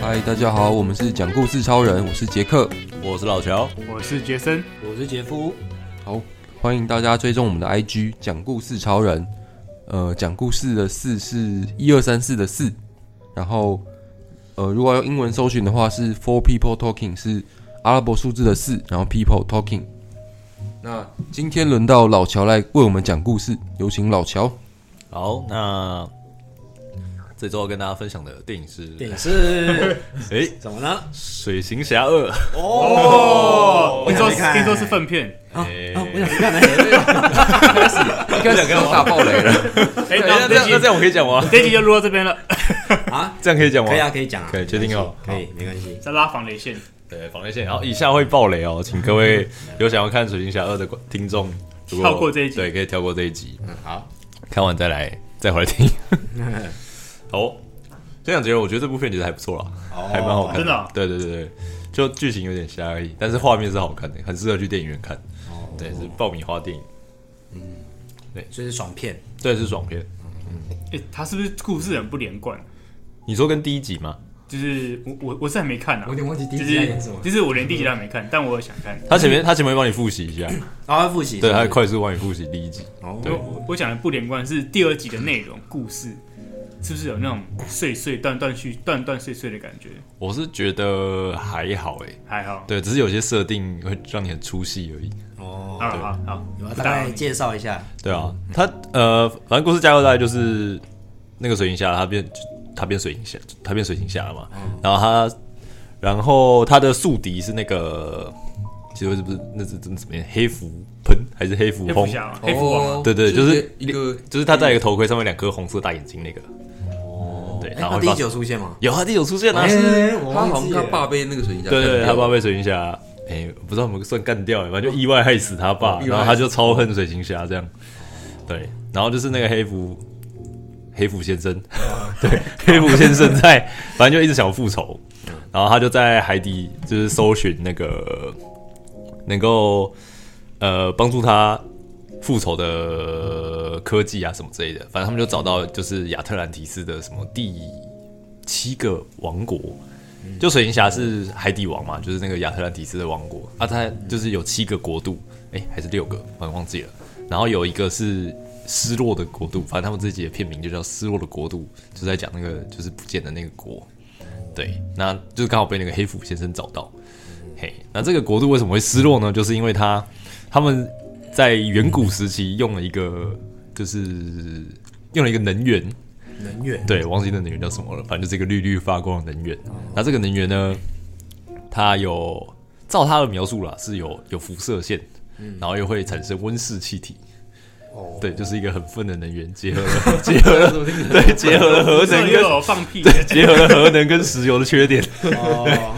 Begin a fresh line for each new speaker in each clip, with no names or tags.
嗨，大家好，我们是讲故事超人，我是杰克。
我是老乔，
我是杰森，
我是杰夫，
好，欢迎大家追踪我们的 IG 讲故事超人。呃，讲故事的四是一二三四的四，然后呃，如果要用英文搜寻的话是 Four People Talking，是阿拉伯数字的四，然后 People Talking。那今天轮到老乔来为我们讲故事，有请老乔。
好，那这周要跟大家分享的电影是
电影是
诶
怎么呢？
水行侠二》
听说是
我想
听说是粪 片，
啊
哎
啊！我想看呢，
应该是大爆雷了，
哎，
哎。那这
那这
样那这
集
样我可以讲
啊
吗？
这集就录到这边了，
这样可以讲吗？
可以啊，可以讲啊，
可以确定哦
没关系可以，没关系。
在拉防雷线，
对，防雷线。然后以下会爆雷哦，请各位有想要看《水行侠二》的观听众，如果
跳过这一集
对，可以跳过这一集，
嗯，好，
看完再来再回来 听。好，先讲结论，我觉得这部片其实还不错啦，
哦
还蛮好看
真的哦
对对对对，就剧情有点瞎而已，但是画面是好看的，很适合去电影院看。对，是爆米花电影，
哦所以是爽片，
对，是爽片。
哎，他是不是故事很不连贯？
你说跟第一集吗？
就是我我我是还没看呢
我有，点忘记第一
就
集在
是
演什么。
就是我连第几集都还没看，但我有想看。
他前面他前面会帮你复习一下，
然哦后复习，
对，
是
他会
不是
快速帮你复习第一集。
我
哦，
我我讲的不连贯是第二集的内容故事，是不是有那种碎碎断断续断断碎碎的感觉？
我是觉得还好哎、
还好，
对，只是有些设定会让你很出戏而已。
哦，
好好好，
我要
不
大
打扰
概
你
介绍一下，
对啊，他呃，反正故事架构大概就是那个水银侠，他变他变水银侠，他变水银侠了嘛。然后他，然后他的宿敌是那个，其实是不是那是怎么怎么样？黑蝠喷还是黑蝠
黑
轰
蝠？侠嘛，黑蝠王
哦
嘛，
对对，就是
一个，
就是他戴一个头盔，上面两颗红色大眼睛那个。哦，对，
哎，
然后会
那第
发
一集有出现吗？
有他第九出现啊，
哎，
他
我
好
忘
像
记
他
了
爸被那个水晶侠
对对，
干
他
掉
爸被水行侠，哎、不知道我们算干掉了，欸反正就意外害死他爸，
意外害死
然后他就超恨水行侠这样。对，然后就是那个黑蝠，黑蝠先生，
哦
对，黑蝠先生在，反正就一直想复仇，然后他就在海底就是搜寻那个能够呃帮助他复仇的科技啊什么之类的，反正他们就找到就是亚特兰提斯的什么第七个王国，就水行侠是海底王嘛，就是那个亚特兰提斯的王国啊，它就是有七个国度，哎、还是六个，我忘记了。然后有一个是失落的国度，反正他们自己的片名就叫失落的国度，就在讲那个就是不见的那个国。对，那就是刚好被那个黑斧先生找到。嘿，那这个国度为什么会失落呢？就是因为他他们在远古时期用了一个就是用了一个能源，
能源，
对，忘记那能源叫什么了，反正就是一个绿绿发光的能源。
哦
那这个能源呢，它有照它的描述啦，是有有辐射线，然后又会产生温室气体。
嗯哦，
对，就是一个很笨的能源，结合 了结合了对结合了核
这
能
又
跟
有放屁，
结合了核能跟石油的缺点。
哦，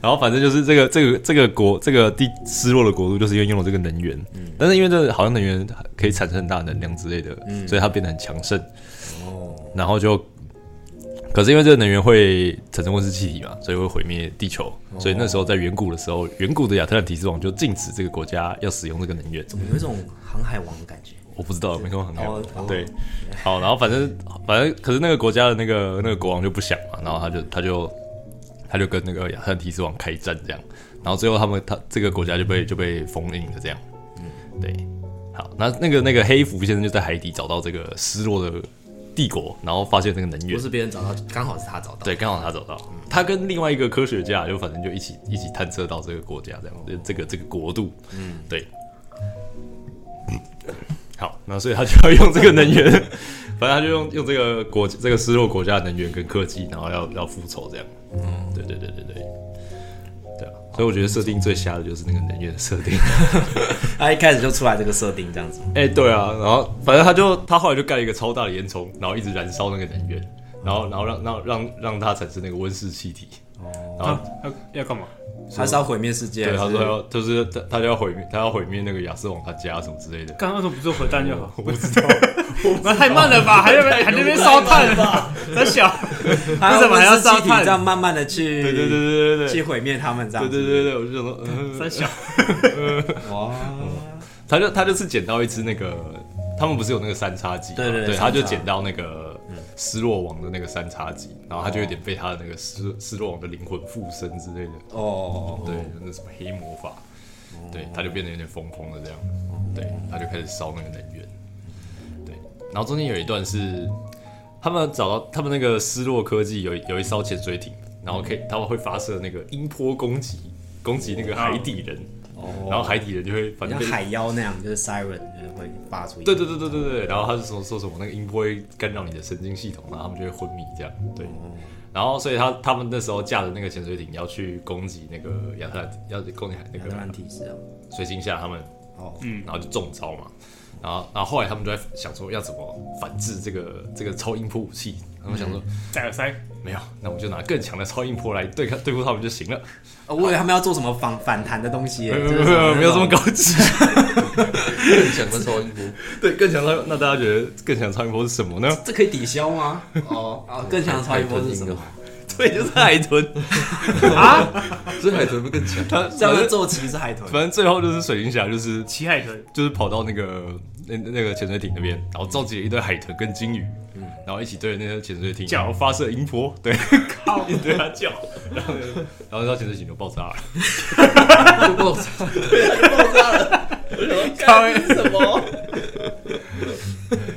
然后反正就是这个这个这个国这个地失落的国度，就是因为用了这个能源，
嗯
但是因为这个好像能源可以产生很大的能量之类的，
嗯
所以它变得很强盛。
哦，
然后就，可是因为这个能源会产生温室气体嘛，所以会毁灭地球。
哦
所以那时候在远古的时候，远古的亚特兰提斯王就禁止这个国家要使用这个能源。
怎么有一种航海王的感觉？
我不知道，没看过航海王
哦哦。
对，好，然后反正反正，可是那个国家的那个那个国王就不想嘛，然后他就他就他就跟那个亚特兰提斯王开战这样，然后最后他们他这个国家就被就被封印了这样。
嗯
对，好，那那个那个黑蝠先生就在海底找到这个失落的帝国，然后发现这个能源
不是别人找到，刚好是他找到。
对，刚好他找到，他跟另外一个科学家就反正就一起一起探测到这个国家这样，就这个这个国度，嗯，对。好，那所以他就要用这个能源， 反正他就用用这个国这个失落国家的能源跟科技，然后要要复仇这样。嗯，对对对对对，对啊。所以我觉得设定最瞎的就是那个能源的设定。
他一开始就出来这个设定这样子。
哎、对啊，然后反正他就他后来就盖了一个超大的烟囱，然后一直燃烧那个能源，然后然后让让让让它产生那个温室气体。然后
啊要要干嘛？
他是要毁灭世界，
对，他说
是
要就是他他就要毁灭，他要毁灭那个亚瑟王他家什么之类的。
刚刚为什么不做核弹就好？我不知道， 那太慢了吧？还在那边还在那边烧炭吧？在小，
他
为什么还要烧
气体
炭
这样慢慢的去，
对对对对对
去
对。
毁灭他们这样
对
子。
对对对，我就想说，呃
在小，
哇，
他就他就是捡到一只那个他们不是有那个三叉戟嗯吗？
对对对
他就
三叉
捡到那个失落王的那个三叉戟，然后他就有点被他的那个失失落王的灵魂附身之类的，
哦，
对，那什么黑魔法，对，他就变得有点疯疯的这样，
哦
对，他就开始烧那个能源，对，然后中间有一段是他们找到他们那个失落科技有有一艘潜水艇，然后可以
嗯
他们会发射那个音波攻击，攻击那
哦
个海底人，然后海底人就会反
像
正被
哦海妖那样，就是 siren 就是会发出音
对对对对对对，然后他就说说什么那个音波会干扰你的神经系统，然后他们就会昏迷这样。对，
哦
然后所以他他们那时候驾着那个潜水艇要去攻击那个亚特兰，要去攻击那
亚特兰
个
提斯哦，
水星下他们，
哦，
然后就中招嘛。然后然后后来他们就在想说要怎么反制这个这个超音波武器，他们想说、
塞耳塞，
没有，那我们就拿更强的超音波来对抗对付他们就行了。
哦我以为他们要做什么反反弹的东西耶，
没有
就是
没有没有这么高级。
想的超音波，
对，更强的那大家觉得更强的超音波是什么呢？
这可以抵消吗？哦，哦，更强的超音波是什么？
对，就是海豚。
所以海豚会更强。
他
这
反
样
正
做其实是海豚，
反正最后就是水行侠就是
骑海豚，
就是跑到那个那那个潜水艇那边，然后召集了一堆海豚跟鲸鱼，然后一起对着那个潜水艇
叫
然后发射音波，对， 靠，一直对它 叫，然后然后那潜水艇就爆炸了，
爆炸
靠，
什么？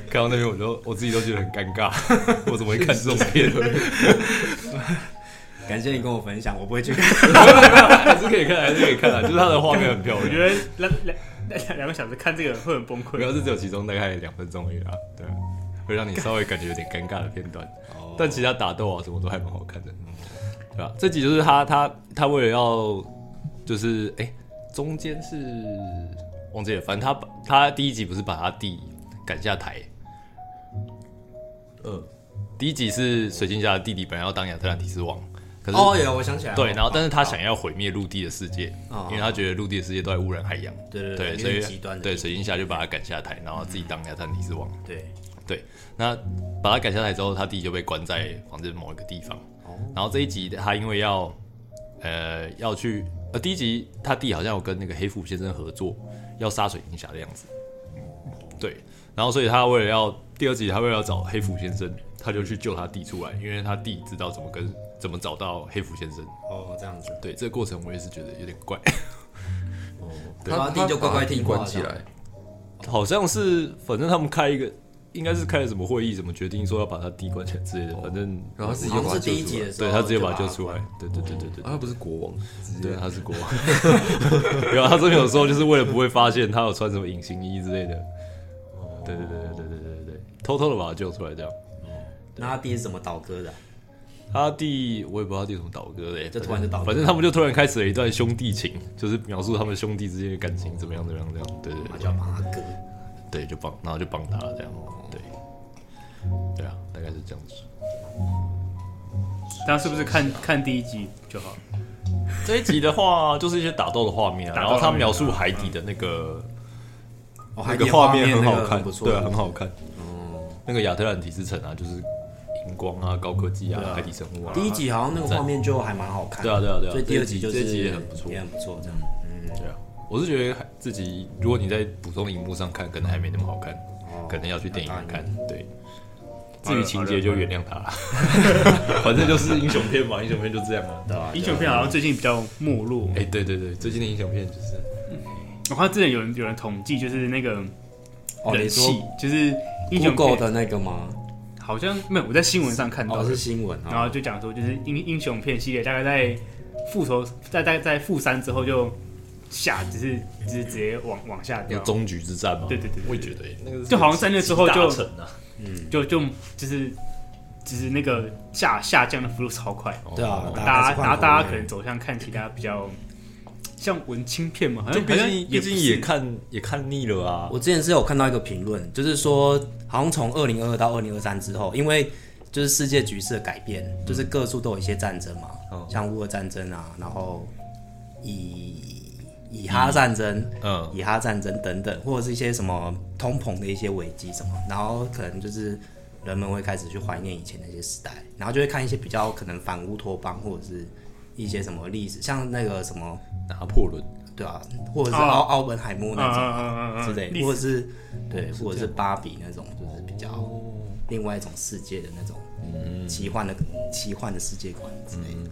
看到那边我就我自己都觉得很尴尬，我怎么会看这种片？
感谢你跟我分享，我不会去看。
还是可以看，还是可以看啊，就是它的画面很漂
我
亮。
觉得两两两两个小时看这个会很崩
主
溃。
要是只有其中大概两分钟而已啦，对啊，会让你稍微感觉有点尴尬的片段。但其他打斗啊什么都还蛮好看的，对吧、啊这集就是他他他为了要就是哎、中间是忘记了，反正他把他第一集不是把他弟赶下台，
嗯，
第一集是水晶侠的弟弟本来要当亚特兰蒂斯王，可是、
哦，有，我想起来了。
对，然后但是他想要毁灭陆地的世界，
哦
因为他觉得陆地的世界都在污染海洋，
对对
对，
对，
所
有
以
点极端的。
对水晶侠就把他赶下台，然后自己当亚特兰蒂斯王。
对，
对，那把他赶下台之后，他弟就被关在房间某一个地方。
哦
然后这一集他因为要呃要去呃第一集他弟好像有跟那个黑腹先生合作，要杀水行侠的样子。对，然后所以他为了要第二集他为了要找黑腹先生，他就去救他弟出来，因为他弟知道怎么跟怎么找到黑腹先生。
哦，这样子。
对，这个过程我也是觉得有点怪。对
然后弟就乖乖听话
关起。来，
好像是，反正他们开一个，应该是开了什么会议，怎么决定说要把他弟关起来之类的，反正
然后自己
好
就把
像
它
是
救
第一
出
集
来。
的时候，
对他直接把他
就
救出来，对对对对对
啊，他不是国王，直
对，
接
他是国王。 有啊，他这边有时候就是为了不会发现他有穿什么隐形衣之类的。对对对对对对对对，偷偷的把他救出来这样。
那他弟是怎么倒戈的啊？
他弟我也不知道他弟怎么倒戈的耶，
就突然就倒戈
反正他们就突然开始了一段兄弟情，就是描述他们兄弟之间的感情怎么样怎么样这样。对对
他
对
就要帮他割。
对，就帮，然后就帮他这样。对，对啊，大概是这样子。
大家是不是看看第一集就好？
这一集的话，就是一些打斗的画面啊，
打
然
斗
后他
画面
描述海底的那个那
哦，还
个
有
画
嗯面
很
那
好
个
看，
不错，
对啊，很好看。那个亚特兰提斯城啊，就是荧光啊、高科技啊、海底生物啊。
第一集好像那个画面就还蛮好看
对
的，
啊，对啊，对啊。
所以第二集就是
这一集也很不错。
也很不错这样。
对啊，我是觉得自己如果你在普通荧幕上看，可能还没那么好看，
哦
可能要去电影院看。对，至于情节就原谅他 啦，反正就是英雄片嘛，英雄片就这样啊。
对啊，
英雄片好像最近比较没落。
哎，对对对，最近的英雄片就是
我看之前有人有人统计，就是那个
哦，你
人
说
气，就是英雄
Google
片
的那个吗？
好像没有，我在新闻上看到
哦，
的
是新闻
然后
啊。
就讲说，就是英英雄片系列大概在复仇，在在在复三之后就下，只是只是直接往往下
有
掉，
终局之战嘛。
啊对对对对对
我也觉得欸那个
就好像在那之后就
集大成啊
就就就是就是那个下下降的幅度超快，
对
哦
啊，
大家然后大
家
家可能走向看其他比较像文青片嘛，好
就
像
毕
好像
竟毕
不
竟
是
也看也看腻了啊。
我之前是有看到一个评论，就是说，好像从二零二二到二零二三之后，因为就是世界局势的改变，就是
嗯
各处都有一些战争嘛，
哦
像乌俄战争啊，然后以以哈战争、
哦
嗯，
以哈战争等等，或者是一些什么通膨的一些危机什么，然后可能就是人们会开始去怀念以前那些时代，然后就会看一些比较可能反乌托邦或者是一些什么历史，像那个什么
拿破仑
对吧、或者是
哦
奥奥本海默那种
嗯嗯
之类的，
历
或
史
者是对，或者是芭比那种，就是比较另外一种世界的那种奇幻的奇幻的世界观之类的，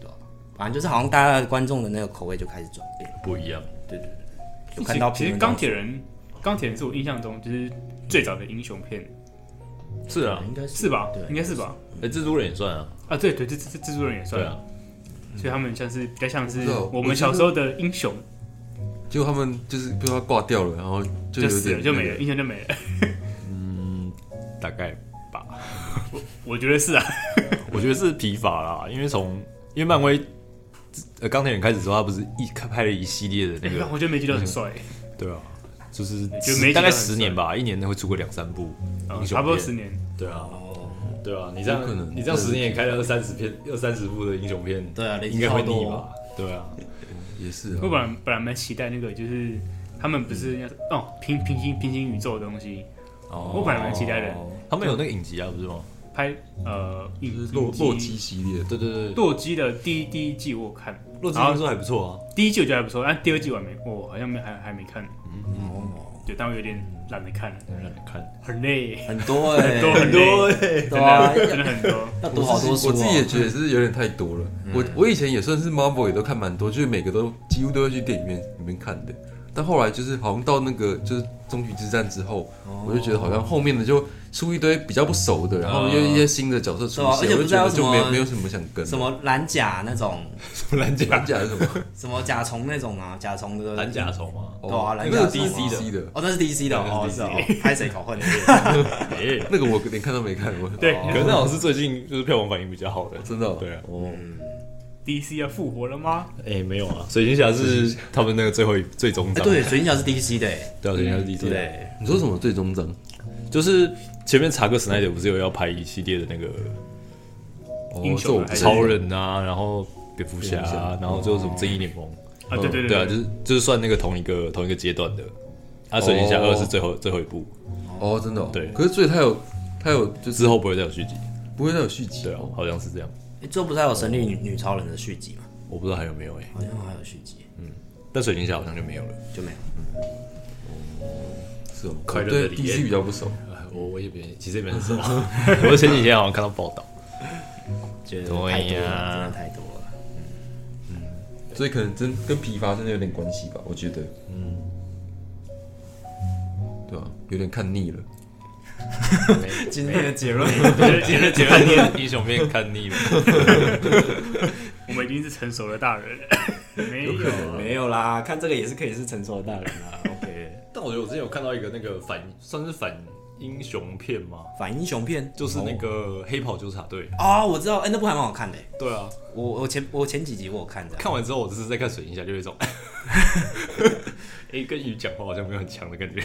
对吧、反正就是好像大家的观众的那个口味就开始转变，
不一样。
对对对，有看到
其
评
实其实
论
钢铁人，钢铁人是我印象中就是最早的英雄片，
是啊，
应该
是吧？应
对，
该是吧？
哎，蜘蛛人也算啊，
啊，对对，这这蜘蛛人也
对
算，
啊，
所以他们像是比较像是
不是哦
我们小时候的英雄，
结果他们就是不知道挂掉了，然后就
就
有
死
点
了就没了，印象就没了。
大概
我觉得是啊，，
我觉得是疲乏啦，因为从因为漫威呃钢铁人开始之后，他不是一拍了一系列的那个
我觉得梅吉都很帅，
对啊，就是
哎就
十
每一集
大概
都很
十年吧，一年会出个两三部
啊
英雄
差不多
片
十年。
对啊，对啊，你这样
有可能
你这样十年也开了二三十片、二三十部的英雄片，
对啊累积
应该会
超多
腻吧？对啊，
也是啊
我本来本来蛮期待那个，就是他们不是要哦平平行平行宇宙的东西我本来蛮期待的
他们有那个影集啊，不是吗？
拍呃
就是
影
洛
影
洛基系列，
对对对，
洛基的第一第一季我有看，
洛基
然后
听说还不错啊。
第一季我觉得还不错，但第二季我还没我好像没还还没看，对，但我有点懒得看了，
让你哎看，
很累，
哦很多哎、
很多很
多
对
真
啊
的，真的很多。
要
我
读好
自己
多书、哦嗯
我自己也觉得是有点太多了。我我以前也算是 Marvel 也都看蛮多，就是每个都几乎都会去电影院里面看的。但后来就是好像到那个就是终局之战之后，
哦
我就觉得好像后面的就出一堆比较不熟的，然后又一些新的角色出
嗯对啊而
现，
且
我
不
就
知道
觉得就没
什么
没有什么想跟的
什么蓝甲那种，
什么蓝
蓝
甲？
甲是什么？
什么甲虫那种啊，甲虫的
蓝甲虫吗？
对啊
哦
蓝
那个
甲
是
是什么
DC 的，
哦，那是 DC 的哦，
对
是
那
哦
是，
拍谁搞混了？
哎，
那个我连看都没看过。
对
可是那种是最近就是票房反应比较好的，
真的哦
对啊，
哦，
DC 要复活了吗？
哎，没有啊，水行侠是他们那个最后一最终
哎，
章，
对，水晶桥是 DC 的，哎
对啊，水行侠是第一季，
对，
你说什么最终章？
就是前面查克·史奈德不是有要拍一系列的那个
哦
英雄
这我
还是
超人啊，然后蝙蝠侠
蝙蝠
啊，然后就是什么正义联盟，
啊，对对
对啊，就是就是算那个同一个同一个阶段的。啊，水行侠
哦
二是最后最后一部，
哦，真的哦
对
可是所以他有他有就是
之后不会再有续集。
不会再有续集
对啊，好像是这样，
哎最后不是还有神力女女超人的续集吗？
我不知道还有没有哎、
好像还有续集，
但水行侠好像就没有了。
就没有。
是哦，
快乐的
对
理
DC
念
比较不熟。
哎我我也没，其实也没很熟。啊 我前几天好像看到报道，
觉得
对啊
太多
呀
了，真的太多了。
所以可能真跟疲乏真的有点关系吧，我觉得。嗯，对啊，有点看腻了。
今天的结论，
对，结论结论，
看英雄片看腻了，
我们已经是成熟的大 人了，没有
没有啦，看这个也是可以是成熟的大人啦。OK，
但我觉得我之前有看到一个那个反，算是反英雄片嘛，
反英雄片
就是那个黑袍纠察队。
啊，哦我知道，哎，那部还蛮好看的。哎
哦对啊，
我我前我前几集我有看的，
看完之后，我就是在看水行侠，就有一种， 哎、跟鱼讲话好像没有很强的感觉。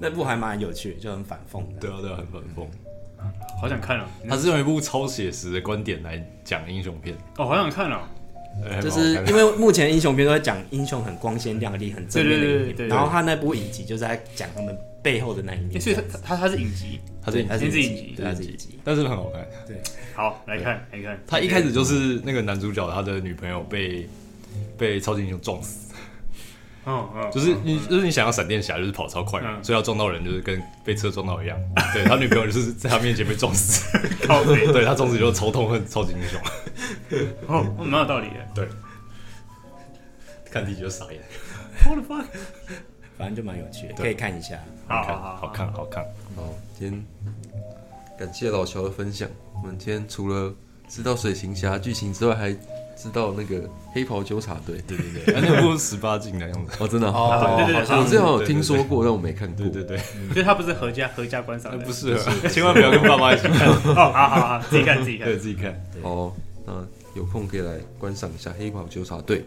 那部还蛮有趣，就很反讽的。
对啊，对啊，很反讽。
好想看哦，
他是用一部超写实的观点来讲英雄片，
哦，好想看哦，
哎
就是因为目前英雄片都在讲英雄很光鲜亮丽、很正面的
对对
一
对
面，
对对
然后他那部影集就是在讲他们背后的那一
诶
面。
所以他他他是影集，
他是
他
他
是
是
先是
影
影
集
集，
对他是影集。
但是很好看。
好来看来看，
他一开始就是那个男主角他的女朋友被被超级英雄撞死，
嗯嗯，
就是你就是你想要闪电侠就是跑超快嘛，
嗯
所以要撞到人就是跟被车撞到一样。对他女朋友就是在他面前被撞死，
靠背，
对他从此就超痛恨超级英雄。
哦，蛮有道理的。
对，看第一集就傻眼，
What the fuck？
反正就蛮有趣的，可以看一下。
好
好
看
好好
好看好看。
好，今天感谢老乔的分享。我们今天除了知道水行侠剧情之外，还知道那个黑袍纠察队。
对对对，哎那部十八禁的样子。
哦，真的、哦，
哦，
对对对
好
我
像
之前好像有听说过，但我没看过。
对对对，
就是他不是合家合家观赏
那
的，
呃不适合， 千万不要跟爸妈一起看，
哦，好好好，自己看自己 看
对。自己看。
好，那有空可以来观赏一下黑袍纠察队。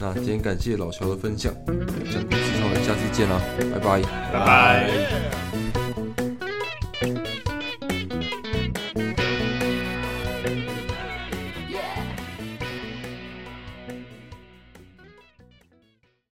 那今啊天感谢老乔的分享，讲故事超人，下次见啦，拜拜。
拜拜。